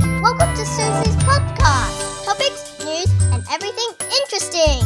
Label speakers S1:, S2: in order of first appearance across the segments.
S1: to Susie's podcast. Topics, news, and everything interesting.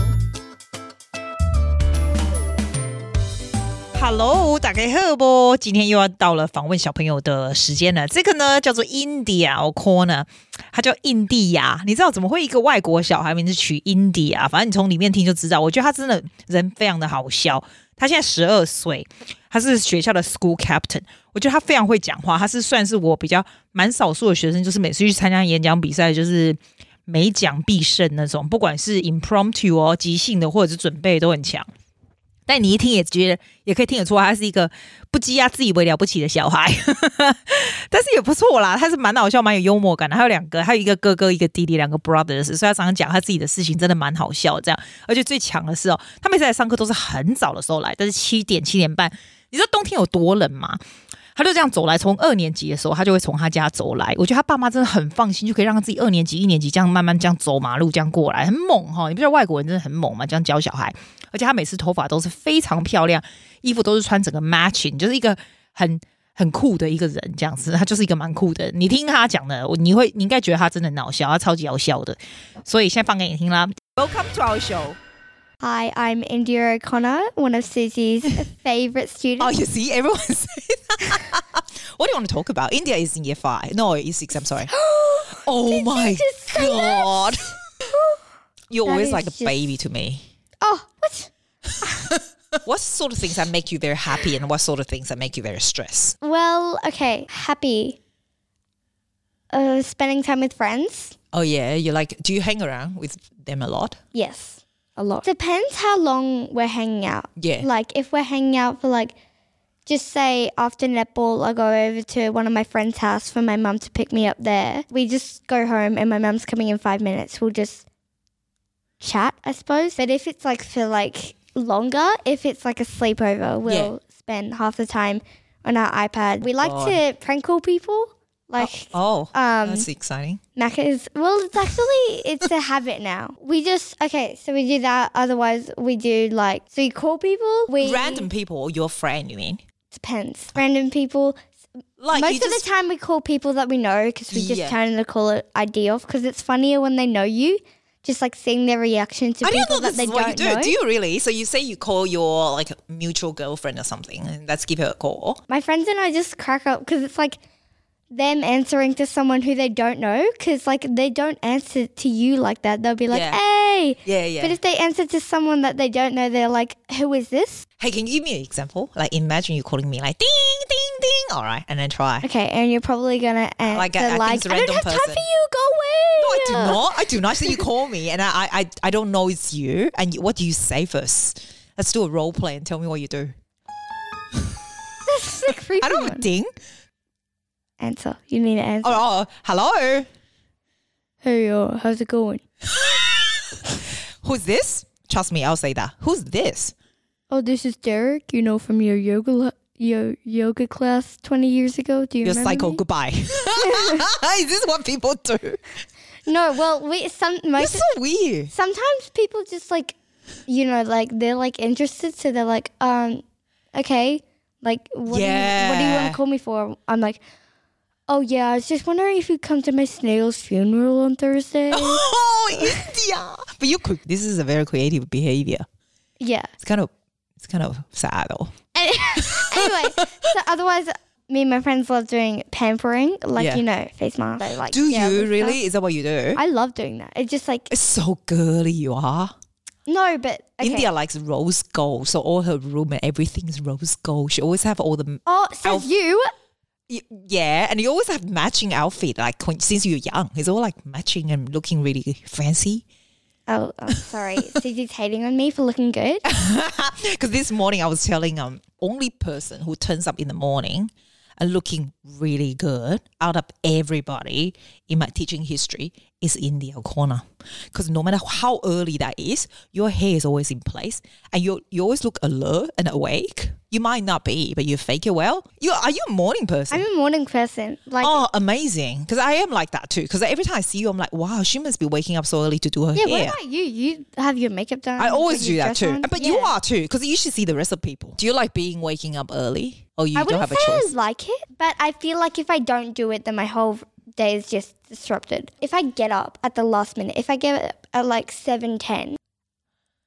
S2: Hello，打开赫波，今天又要到了访问小朋友的时间了。这个呢叫做 India Corner，它叫印啊第亚。你知道怎么会一个外国小孩名字取 India？反正你从里面听就知道。我觉得他真的人非常的好笑。他现在十二岁，他是学校的 school captain。我觉得他非常会讲话，他是算是我比较蛮少数的学生，就是每次去参加演讲比赛，就是每讲必胜那种，不管是 impromptu 哦，即兴的或者是准备都很强。但你一听也觉得，也可以听得出来，他是一个不羁啊、自以为了不起的小孩， 但是也不错啦。他是蛮好笑、蛮有幽默感的。还有两个，还有一个哥哥、一个弟弟，两个 brothers，所以他常常讲他自己的事情，真的蛮好笑。这样，而且最强的是哦，他每次来上课都是很早的时候来，但是七点、七点半，你知道冬天有多冷吗？他就这样走来，从二年级的时候，他就会从他家走来。我觉得他爸妈真的很放心，就可以让他自己二年级、一年级这样慢慢这样走马路，这样过来，很猛哈、你不知道外国人真的很猛嘛？这样教小孩，而且他每次头发都是非常漂亮，衣服都是穿整个 matching，就是一个很很酷的一个人这样子。他就是一个蛮酷的人。你听他讲的，我你会你应该觉得他真的很好笑，他超级好笑的。所以现在放给你听啦。Welcome to our show.
S3: Hi, I'm India O'Connor, one of Susie's favourite students.
S2: Oh, you see, everyone says What do you want to talk about? India is in year five. No, year six, I'm sorry. oh my
S3: just say that?
S2: God. You're
S3: That
S2: always
S3: is
S2: like a
S3: just-
S2: baby to me.
S3: Oh, what?
S2: What sort of things that make you very happy and what sort of things that make you very stressed?
S3: Well, okay, happy. Uh, spending time with friends?
S2: Oh, yeah. You're like, do you hang around with them a lot?
S3: Yes, a lot. Depends how long we're hanging out.
S2: Yeah.
S3: Like, if we're hanging out for like, just say after netball, I go over to one of my friend's house for my mum to pick me up there. We just go home and my mum's coming in five minutes. We'll just chat, I suppose. But if it's like for like longer, if it's like a sleepover, we'll spend half the time on our iPad. We like to prank call people. Like,
S2: Oh,
S3: um,
S2: that's exciting.
S3: Macca's. Well, it's actually it's a habit now. We just okay, so we do that. Otherwise, we do like so you call people. We
S2: Random people, your friend, you mean?
S3: depends. Random people.
S2: Like,
S3: Most
S2: you
S3: of
S2: just,
S3: the time, we call people that we know because we just
S2: Yeah.
S3: turn the caller ID off because it's funnier when they know you. Just like seeing their reaction to
S2: I
S3: people
S2: don't know this
S3: that they
S2: is what you
S3: don't
S2: do.
S3: know.
S2: Do you really? So you say you call your like mutual girlfriend or something and let's give her a call.
S3: My friends and I just crack up because it's like them answering to someone who they don't know because like they don't answer to you like that. They'll be like,
S2: Yeah.
S3: "Hey."
S2: Yeah, yeah.
S3: But if they answer to someone that they don't know, they're like, "Who is this?"
S2: Hey, can you give me an example? Like, imagine you calling me like ding, ding, ding. All right, and then try.
S3: Okay, and you're probably gonna answer
S2: Like,
S3: like,
S2: I- I
S3: I,
S2: think it's a
S3: don't
S2: random
S3: have
S2: person."
S3: time for you.
S2: No, I
S3: Go away.
S2: do not. I do not. So you call me, and I, I, I, I don't know it's you. And you, what do you say first? Let's do a role play and tell me what you do.
S3: That's the creepy
S2: I
S3: one.
S2: don't ding.
S3: answer. You need to answer.
S2: Oh, oh, hello.
S3: Hey, uh, how's it going?
S2: Who's this? Trust me, I'll say that. Who's this?
S3: Oh, this is Derek. You know from your yoga le- your yoga class twenty years ago. Do you
S2: You're
S3: remember
S2: psycho.
S3: me?
S2: Goodbye. Is this what people do?
S3: No, well, we some
S2: You're
S3: most
S2: so weird.
S3: sometimes people just like you know like they're like interested so they're like um okay like what, do, you, what do you want
S2: Yeah.
S3: to call me for i'm like oh yeah i was just wondering if you'd come to my snail's funeral on thursday
S2: Oh, India. But you could. This is a very creative behavior.
S3: yeah
S2: It's kind of, it's kind of sad though.
S3: Any- anyway so otherwise me and my friends love doing pampering like
S2: Yeah.
S3: you know face mask so, like
S2: Do
S3: yeah,
S2: you
S3: with
S2: really?
S3: stuff.
S2: Is that what you do?
S3: i love doing that it's just like
S2: it's so girly you are.
S3: no but okay.
S2: India likes rose gold, so all her room and everything is rose gold. She always have all the
S3: oh so
S2: Elf-
S3: you
S2: y- yeah, and you always have matching outfit. Like when, since you're young, it's all like matching and looking really fancy.
S3: oh, oh sorry susie's hating on me for looking good
S2: Because this morning I was telling um only person who turns up in the morning and looking really good out of everybody in my teaching history is India O'Connor. Because no matter how early that is, your hair is always in place and you you always look alert and awake. You might not be, but you fake it well. You are you a morning person?
S3: i'm a morning person like
S2: oh, amazing! Because I am like that too. Because every time I see you, I'm like, wow, she must be waking up so early to do her
S3: Yeah,
S2: hair.
S3: what about you? You have your makeup done.
S2: I
S3: you put
S2: always
S3: your
S2: do that
S3: dress
S2: too.
S3: on.
S2: But you
S3: Yeah.
S2: are too, because you should see the rest of people. Do you like being waking up early? Or you
S3: I
S2: don't
S3: wouldn't
S2: have a
S3: say
S2: choice?
S3: I like it, but I feel like if I don't do it, then my whole day is just disrupted. If I get up at the last minute, if I get up at like seven ten,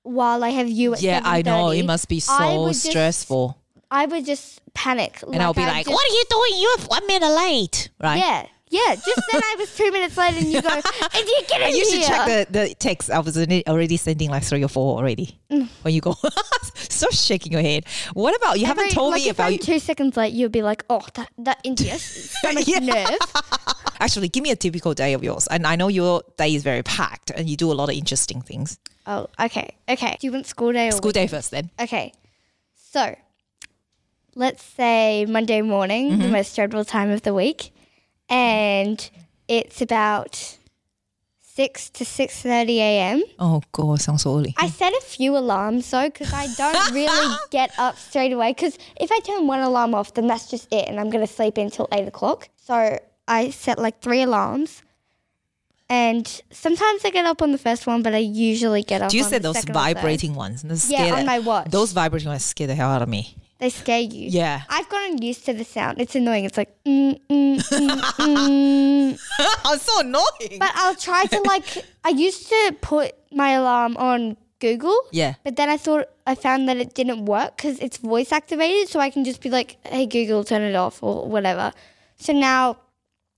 S3: while I have you at
S2: Yeah, I know.
S3: 7:30,
S2: It must be
S3: I
S2: so
S3: would just-
S2: stressful.
S3: I would just panic,
S2: And I'll be like,
S3: just-
S2: what are you doing? You're one minute late, right?
S3: Yeah, yeah. Just then I was two minutes late, and you go, and you get in
S2: You should
S3: here.
S2: check the, the text. I was already- already sending like three or four already
S3: Mm.
S2: when you go. Stop shaking your head. What about you haven't
S3: Every-
S2: told
S3: like
S2: me
S3: if I'm
S2: about
S3: two seconds late, you'll be like, oh, that that India's so much
S2: Yeah.
S3: nerve.
S2: Actually, give me a typical day of yours. And I know your day is very packed and you do a lot of interesting things.
S3: Oh, okay, okay. Do you want school day or
S2: School day first, then.
S3: Okay. So let's say Monday morning,
S2: Mm-hmm.
S3: the most dreadful time of the week. And it's about six to six thirty AM.
S2: Oh, God, sounds so early.
S3: I set a few alarms though, because I don't really get up straight away. Because if I turn one alarm off, then that's just it, and I'm gonna sleep until eight o'clock. So I set like three alarms, and sometimes I get up on the first one, but I usually get up.
S2: do you
S3: on
S2: set
S3: the
S2: those
S3: second or third.
S2: vibrating ones? Those
S3: Yeah,
S2: scare
S3: on
S2: the-
S3: my watch.
S2: Those vibrating ones scare the hell out of me.
S3: They scare you.
S2: Yeah.
S3: I've gotten used to the sound. It's annoying. It's like, mm, mm, mm,
S2: I'm so annoying.
S3: but I'll try to like. I used to put my alarm on Google.
S2: yeah.
S3: But then I thought I found that it didn't work because it's voice activated, so I can just be like, "Hey Google, turn it off" or whatever. So now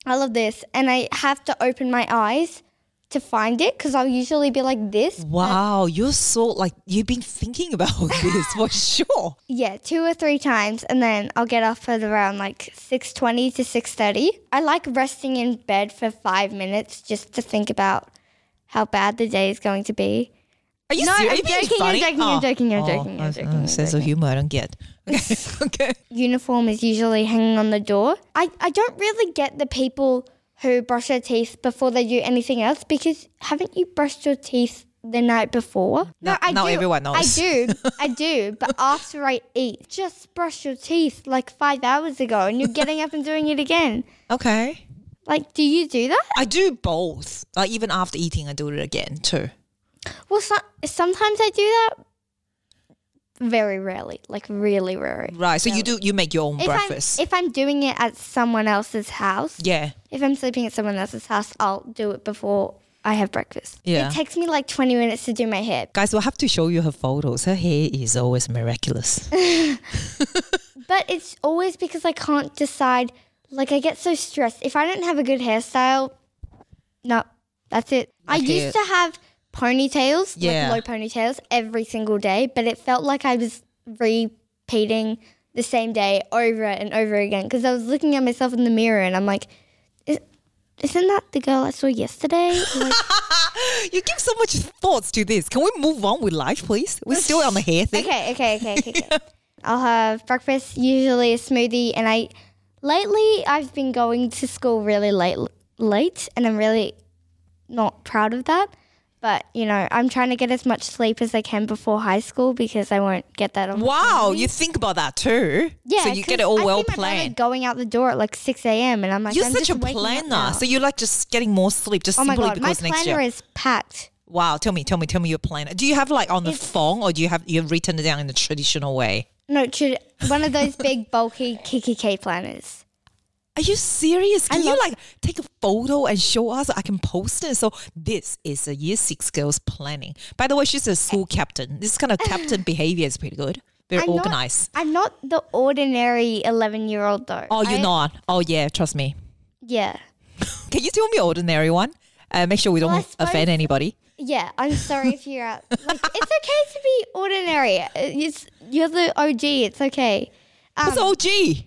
S3: I love this, and I have to open my eyes to find it because I'll usually be like this.
S2: Wow, you're so like you've been thinking about this for sure.
S3: Yeah, two or three times, and then I'll get up at around like six twenty to six thirty. I like resting in bed for five minutes just to think about how bad the day is going to be.
S2: Are you
S3: No,
S2: serious? Are
S3: I'm
S2: you being
S3: joking, I'm
S2: funny?
S3: joking, I'm
S2: Oh.
S3: joking, I'm
S2: Oh,
S3: joking, I'm
S2: uh,
S3: joking, I'm
S2: Sense of humor, I don't get. Okay, okay.
S3: uniform is usually hanging on the door. I, I don't really get the people who brush their teeth before they do anything else because haven't you brushed your teeth the night before?
S2: No- now everyone knows.
S3: I do. I do. But after I eat, just brush your teeth like five hours ago and you're getting up and doing it again.
S2: Okay.
S3: Like, do you do that?
S2: I do both. Like even after eating, I do it again too.
S3: Well, so, sometimes I do that. Very rarely. Like, really rarely.
S2: Right. So you do you make your own
S3: If I'm,
S2: breakfast.
S3: if I'm doing it at someone else's house,
S2: yeah.
S3: if I'm sleeping at someone else's house, I'll do it before I have breakfast.
S2: Yeah.
S3: It takes me like 20 minutes to do my hair.
S2: Guys, we'll have to show you her photos. Her hair is always miraculous.
S3: But it's always because I can't decide. Like, I get so stressed. If I don't have a good hairstyle, no, that's it. I
S2: Okay.
S3: used to have ponytails,
S2: Yeah.
S3: like low ponytails, every single day, but it felt like I was repeating the same day over and over again because I was looking at myself in the mirror and I'm like, "Is- isn't that the girl I saw yesterday? Like,
S2: you give so much thoughts to this. Can we move on with life, please? We're still on the hair thing.
S3: Okay, okay, okay, okay. okay. I'll have breakfast, usually a smoothie, and I lately I've been going to school really late late and I'm really not proud of that. But, you know, I'm trying to get as much sleep as I can before high school because I won't get that on
S2: Wow, you think about that too.
S3: Mm-hmm. Yeah,
S2: So you get
S3: 'cause
S2: it all
S3: I see
S2: well
S3: my brother
S2: planned.
S3: Going out the door at like 6 a.m. and I'm like,
S2: You're
S3: I'm
S2: such
S3: just
S2: a
S3: waking up
S2: planner.
S3: now.
S2: So you like just getting more sleep just
S3: oh my
S2: simply
S3: god, my
S2: because next year.
S3: planner is packed.
S2: wow, tell me, tell me, tell me your planner. Do you have like on the phone or do you have you've written it down in the traditional way?
S3: No, tr- one of those big, bulky Kiki K planners.
S2: Are you serious? Can you
S3: love-
S2: like take a photo and show us so I can post it? So this is a year six girl's planning. By the way, she's a school
S3: Eh.
S2: captain. This kind of captain behavior is pretty good. Very
S3: I'm not-
S2: organized.
S3: I'm not the ordinary 11 year old though.
S2: oh, you're
S3: I-
S2: not. Oh yeah, trust me.
S3: Yeah.
S2: Can you tell me an ordinary one? Uh, make sure we don't
S3: Well, I suppose-
S2: offend anybody.
S3: Yeah, I'm sorry if you're out. Like, it's okay to be ordinary. Uh, It's, you're the OG. It's okay. Um,
S2: What's OG?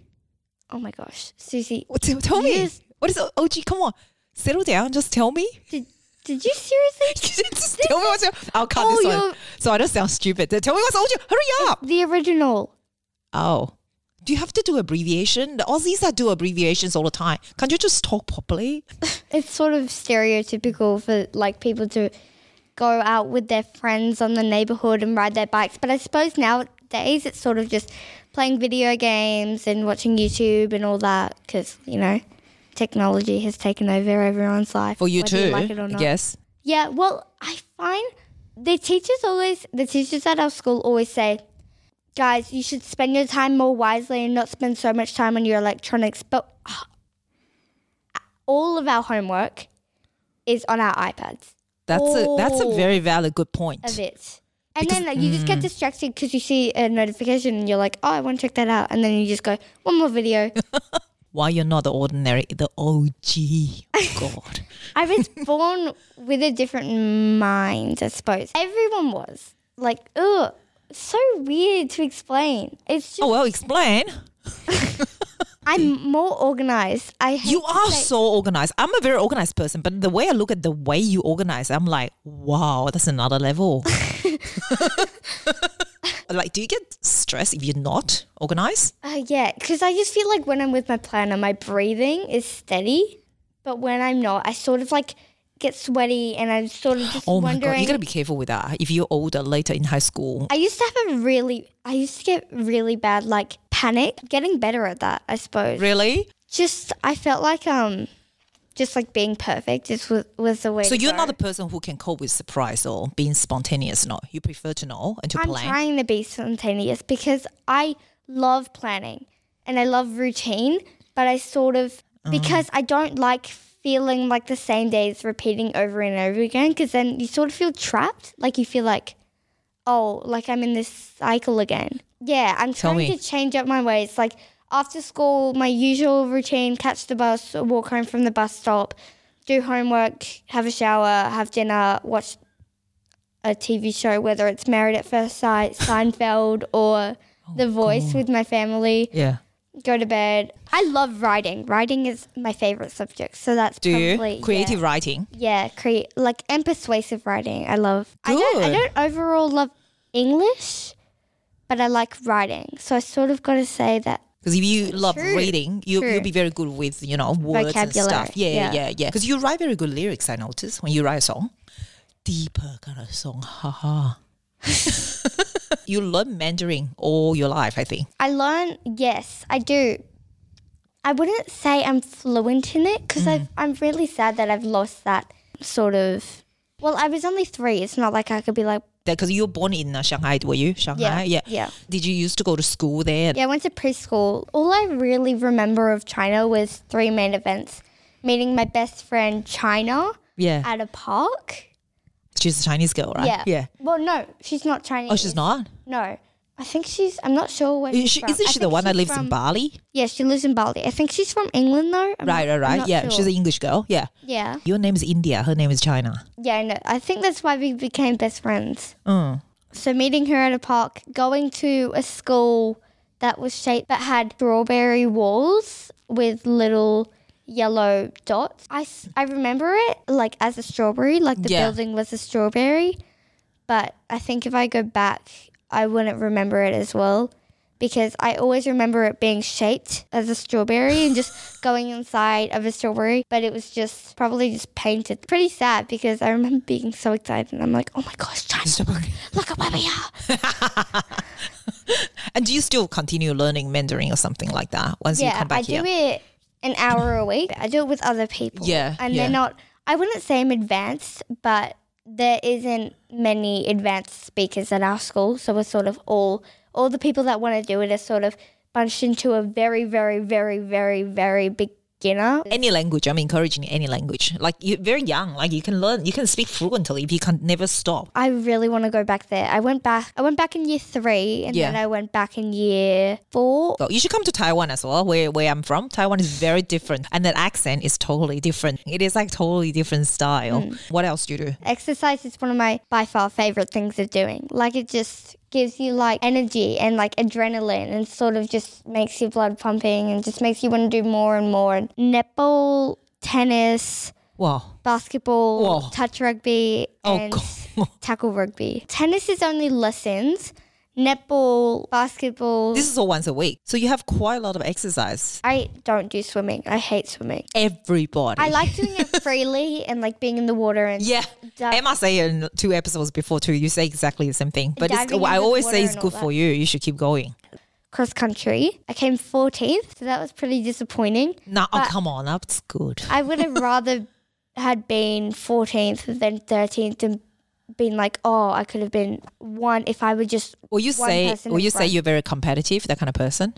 S3: Oh my gosh, Susie,
S2: What, tell tell me.
S3: Yes.
S2: What is OG? Come on. Settle down. Just tell me.
S3: did, did you seriously?
S2: just tell me what's your. I'll cut
S3: all
S2: this one.
S3: your-
S2: So I don't sound stupid. Tell me what's OG. Hurry up.
S3: The original.
S2: Oh. Do you have to do abbreviation? The Aussies that do abbreviations all the time. Can't you just talk properly?
S3: It's sort of stereotypical for like people to go out with their friends on the neighborhood and ride their bikes. But I suppose nowadays it's sort of just playing video games and watching YouTube and all that because you know technology has taken over everyone's life.
S2: For you
S3: whether
S2: too.
S3: like it or not.
S2: Yes.
S3: Yeah. Well, I find the teachers always the teachers at our school always say. Guys, you should spend your time more wisely and not spend so much time on your electronics. But uh, all of our homework is on our iPads.
S2: That's a that's a
S3: Oh.
S2: very valid good point.
S3: Of it. And then like, you just get distracted because you see a notification and you're like, oh, I want to check that out. And then you just go, one more video.
S2: Why you're not the ordinary, the OG. God.
S3: I was born with a different mind, I suppose. Everyone was. Like, ugh, so weird to explain. It's
S2: Oh
S3: just,
S2: well, explain.
S3: I'm more organized. I hate
S2: You
S3: to
S2: are
S3: say-
S2: so organized. I'm a very organized person, but the way I look at the way you organize, I'm like, wow, that's another level. like, do you get stressed if you're not organized?
S3: Uh, yeah, because I just feel like when I'm with my planner, my breathing is steady. But when I'm not, I sort of like get sweaty and I'm sort of just
S2: Oh my
S3: wondering.
S2: god, you gotta be careful with that. If you're older, later in high school,
S3: I used to have a really, I used to get really bad like panic. Getting better at that, I suppose.
S2: really?
S3: Just, I felt like, um, just like being perfect just was, was the way.
S2: So
S3: to
S2: you're
S3: go.
S2: not the person who can cope with surprise or being spontaneous. No, you prefer to know and to
S3: I'm
S2: plan.
S3: trying to be spontaneous because I love planning and I love routine, but I sort of
S2: Uh-huh.
S3: because I don't like feeling like the same days repeating over and over again because then you sort of feel trapped. Like you feel like, oh, like I'm in this cycle again. Yeah, I'm
S2: Tell
S3: trying
S2: me.
S3: to change up my ways. Like after school, my usual routine: catch the bus, walk home from the bus stop, do homework, have a shower, have dinner, watch a TV show, whether it's Married at First Sight, Seinfeld, or
S2: Oh,
S3: The Voice with my family.
S2: yeah.
S3: Go to bed. I love writing. Writing is my favorite subject, so that's
S2: Do
S3: probably
S2: you? Creative writing.
S3: Yeah, yeah create like and persuasive writing. I love. I don't. I
S2: Good.
S3: don't overall love English, but I like writing. So I sort of got to say that
S2: Because if you love
S3: True,
S2: reading, you,
S3: true.
S2: you'll be very good with, you know, words and
S3: Vocabulary,
S2: stuff. Yeah,
S3: yeah.
S2: yeah, yeah. Because you write very good lyrics, I notice, when you write a song. Deeper kind of song, haha. you learn Mandarin all your life, I think.
S3: I learn. Yes, I do. I wouldn't say I'm fluent in it because
S2: Mm.
S3: I'm really sad that I've lost that sort of. Well, I was only three. It's not like I could be like,
S2: Because you were born in uh, Shanghai, were you? Shanghai?
S3: Yeah,
S2: yeah.
S3: yeah.
S2: Did you used to go to school there?
S3: yeah, I went to preschool. All I really remember of China was three main events meeting my best friend, China,
S2: Yeah.
S3: at a park.
S2: She's a Chinese girl, right?
S3: Yeah.
S2: Yeah.
S3: Well, no, she's not Chinese.
S2: Oh, she's not?
S3: No. I think she's, I'm not sure where
S2: Is
S3: she's
S2: she,
S3: from.
S2: isn't
S3: I
S2: she the
S3: think
S2: one that
S3: she's
S2: lives in
S3: from-
S2: Bali?
S3: Yeah, she lives in Bali. I think she's from England, though. I'm
S2: Right, right,
S3: not- I'm
S2: right.
S3: not
S2: Yeah,
S3: sure.
S2: she's an English girl. Yeah.
S3: Yeah.
S2: Your name is India, her name is China.
S3: Yeah, I know. I think that's why we became best friends.
S2: Mm.
S3: So meeting her at a park, going to a school that was shaped that had strawberry walls with little yellow dots. I, s- I remember it like as a strawberry, like the
S2: Yeah.
S3: building was a strawberry. But I think if I go back, I wouldn't remember it as well because I always remember it being shaped as a strawberry and just going inside of a strawberry, but it was just probably just painted. Pretty sad because I remember being so excited and I'm like, oh my gosh, China, look at where we are.
S2: And do you still continue learning Mandarin or something like that once you
S3: yeah,
S2: come back
S3: I
S2: here?
S3: do it an hour a week. I do it with other people.
S2: Yeah,
S3: And
S2: yeah.
S3: they're not, I wouldn't say I'm advanced, but there isn't many advanced speakers at our school. So we're sort of all, all the people that want to do it are sort of bunched into a very, very, very, very, very beginner.
S2: Any language, I'm encouraging any language. Like you're very young, like you can learn, you can speak fluently if you can never stop.
S3: I really want to go back there. I went back. I went back in year three, and
S2: Yeah.
S3: then I went back in year four.
S2: So you should come to Taiwan as well, where, where I'm from. Taiwan is very different, and the accent is totally different. It is like totally different style.
S3: Hmm.
S2: What else do you do?
S3: Exercise is one of my by far favorite things of doing. Like it just gives you like energy and like adrenaline, and sort of just makes your blood pumping, and just makes you want to do more and more. Netball, tennis,
S2: Wow.
S3: basketball,
S2: Whoa.
S3: touch rugby,
S2: Oh,
S3: and
S2: God.
S3: tackle rugby. Tennis is only lessons. Netball, basketball.
S2: This is all once a week. So you have quite a lot of exercise.
S3: I don't do swimming. I hate swimming.
S2: Everybody.
S3: I like doing it freely and like being in the water and
S2: Yeah.
S3: Dive-
S2: Emma say in two episodes before too, you say exactly the same thing. But it's,
S3: Diving
S2: I
S3: into the
S2: always
S3: water
S2: say it's
S3: and
S2: good
S3: all
S2: for you. You should keep going.
S3: cross country. I came 14th, so that was pretty disappointing.
S2: No, oh, come on, that's good.
S3: I would have rather had been 14th than 13th and been like, oh, I could have been one if I would just.
S2: Will you
S3: one
S2: say
S3: person
S2: will
S3: in
S2: you say
S3: front.
S2: you're very competitive, that kind of person?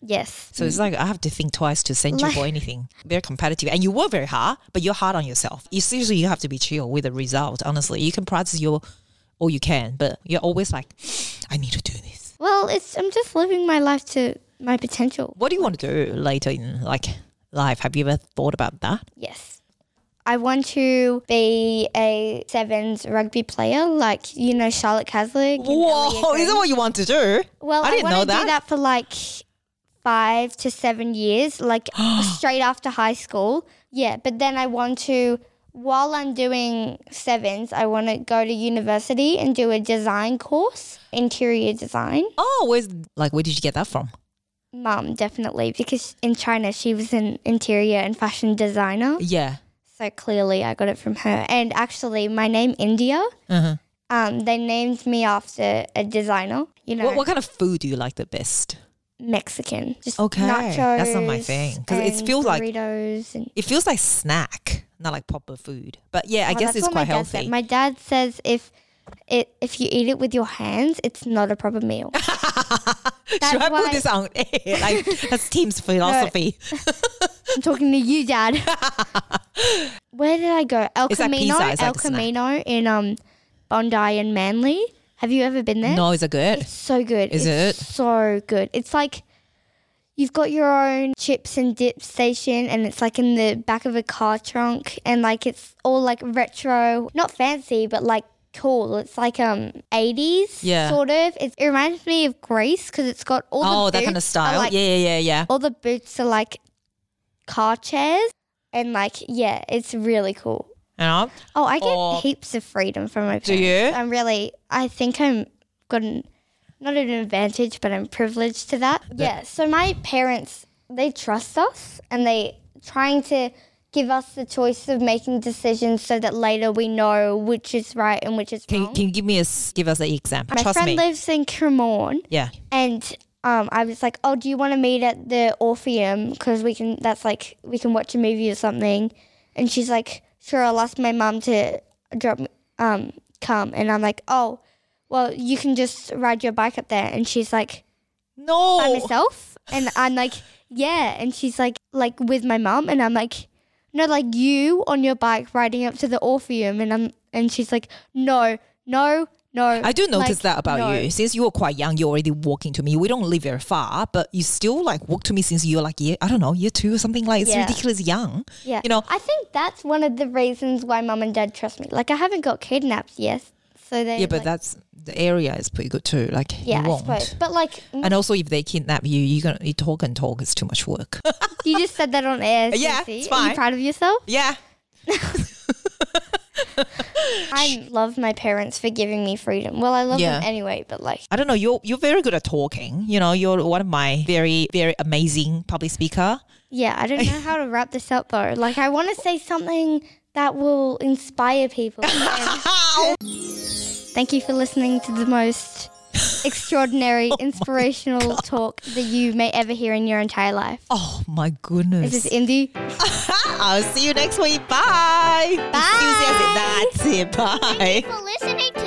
S3: Yes.
S2: So it's like I have to think twice to send you
S3: Mm. Like-
S2: for anything. Very competitive, and you work very hard, but you're hard on yourself. You seriously, you have to be chill with the result. Honestly, you can practice your all you can, but you're always like, I need to do this.
S3: Well, it's I'm just living my life to my potential.
S2: What do you want to do later in like life? Have you ever thought about that?
S3: Yes. I want to be a sevens rugby player, like you know Charlotte Caslick. and Ellie
S2: Whoa,
S3: Agron.
S2: is that what you want to do?
S3: Well,
S2: I
S3: I,
S2: didn't
S3: want
S2: know
S3: to
S2: that.
S3: do that for like five to seven years, like straight after high school. Yeah, but then I want to, while I'm doing sevens, I want to go to university and do a design course, interior design.
S2: Oh, where's like where did you get that from?
S3: Mum, definitely, because in China she was an interior and fashion designer.
S2: Yeah.
S3: So clearly I got it from her. And actually, my name, India,
S2: Uh-huh.
S3: um, they named me after a designer, you know,
S2: What, what kind of food do you like the best?
S3: Mexican. Just
S2: Okay,
S3: nachos.
S2: that's not my thing, 'cause it
S3: and
S2: feels like-
S3: burritos and
S2: It feels like snack, not like proper food. But yeah, I guess
S3: Well, Oh, that's
S2: it's
S3: what my
S2: quite
S3: dad said.
S2: healthy.
S3: My dad says if it if you eat it with your hands, it's not a proper meal.
S2: Should I
S3: why-
S2: put this on air? Like that's Tim's philosophy.
S3: I'm talking to you, Dad. Where did I go? El
S2: It's like
S3: Camino,
S2: pizza, it's
S3: El
S2: like a snack.
S3: Camino in um Bondi and Manly. Have you ever been there?
S2: No, is it good?
S3: So good.
S2: Is
S3: It's
S2: it?
S3: So good. It's like you've got your own chips and dip station and it's like in the back of a car trunk and like it's all like retro, not fancy, but like cool. It's like um 80s
S2: Yeah.
S3: sort of. It, it reminds me of Greece cuz it's got all the
S2: Oh, that
S3: boots
S2: kind
S3: are,
S2: of style.
S3: like-
S2: yeah, yeah, yeah, yeah.
S3: All the boots are like car chairs and like yeah, it's really cool.
S2: Yeah.
S3: Oh, I get
S2: Or-
S3: heaps of freedom from my parents.
S2: Do you?
S3: I'm really. I think I'm got an, not an advantage, but I'm privileged to that. yeah. So my parents, they trust us, and they trying to give us the choice of making decisions so that later we know which is right and which is
S2: Can, you-
S3: wrong.
S2: can you give me a s- give us an example?
S3: my
S2: Trust
S3: friend
S2: me.
S3: lives in Cremorne,
S2: yeah.
S3: and um, I was like, "Oh, do you want to meet at the Orpheum? Because we can. That's like we can watch a movie or something." And she's like, "Sure, I'll ask my mum to drop me- um come." And I'm like, "Oh, well, you can just ride your bike up there." And she's like,
S2: No.
S3: "By myself?" And I'm like, "Yeah." And she's like, "Like with my mum?" And I'm like, "No, like you on your bike riding up to the Orpheum." And I'm and she's like, "No, no." No,
S2: I do notice
S3: like,
S2: that about
S3: no."
S2: you. Since you were quite young, you're already walking to me. We don't live very far, but you still like walk to me since you're like year, I don't know, year two or something like. It's
S3: Yeah.
S2: ridiculous young.
S3: Yeah.
S2: You know,
S3: I think that's one of the reasons why mum and dad trust me. Like, I haven't got kidnapped, yes. So they.
S2: yeah, but
S3: like-
S2: that's the area is pretty good too. Like
S3: Yeah,
S2: you
S3: I
S2: won't.
S3: suppose. But, like,
S2: And also, if they kidnap you, you gonna you talk and talk. It's too much work.
S3: you just said that on air.
S2: Yeah,
S3: Stacey.
S2: it's
S3: Are
S2: fine.
S3: you proud of yourself?
S2: yeah.
S3: I love my parents for giving me freedom. Well, I love
S2: Yeah.
S3: them anyway, but, like,
S2: I don't know. You're you're very good at talking. You know, you're one of my very very amazing public speaker.
S3: yeah, I don't know how to wrap this up, though. Like, I want to say something that will inspire people. And thank you for listening to the most
S2: Oh
S3: extraordinary, inspirational talk that you may ever hear in your entire life.
S2: Oh my
S3: This is
S2: goodness!
S3: Indy.
S2: I'll see you next week. Bye. Bye. That's it. Bye.
S1: For listening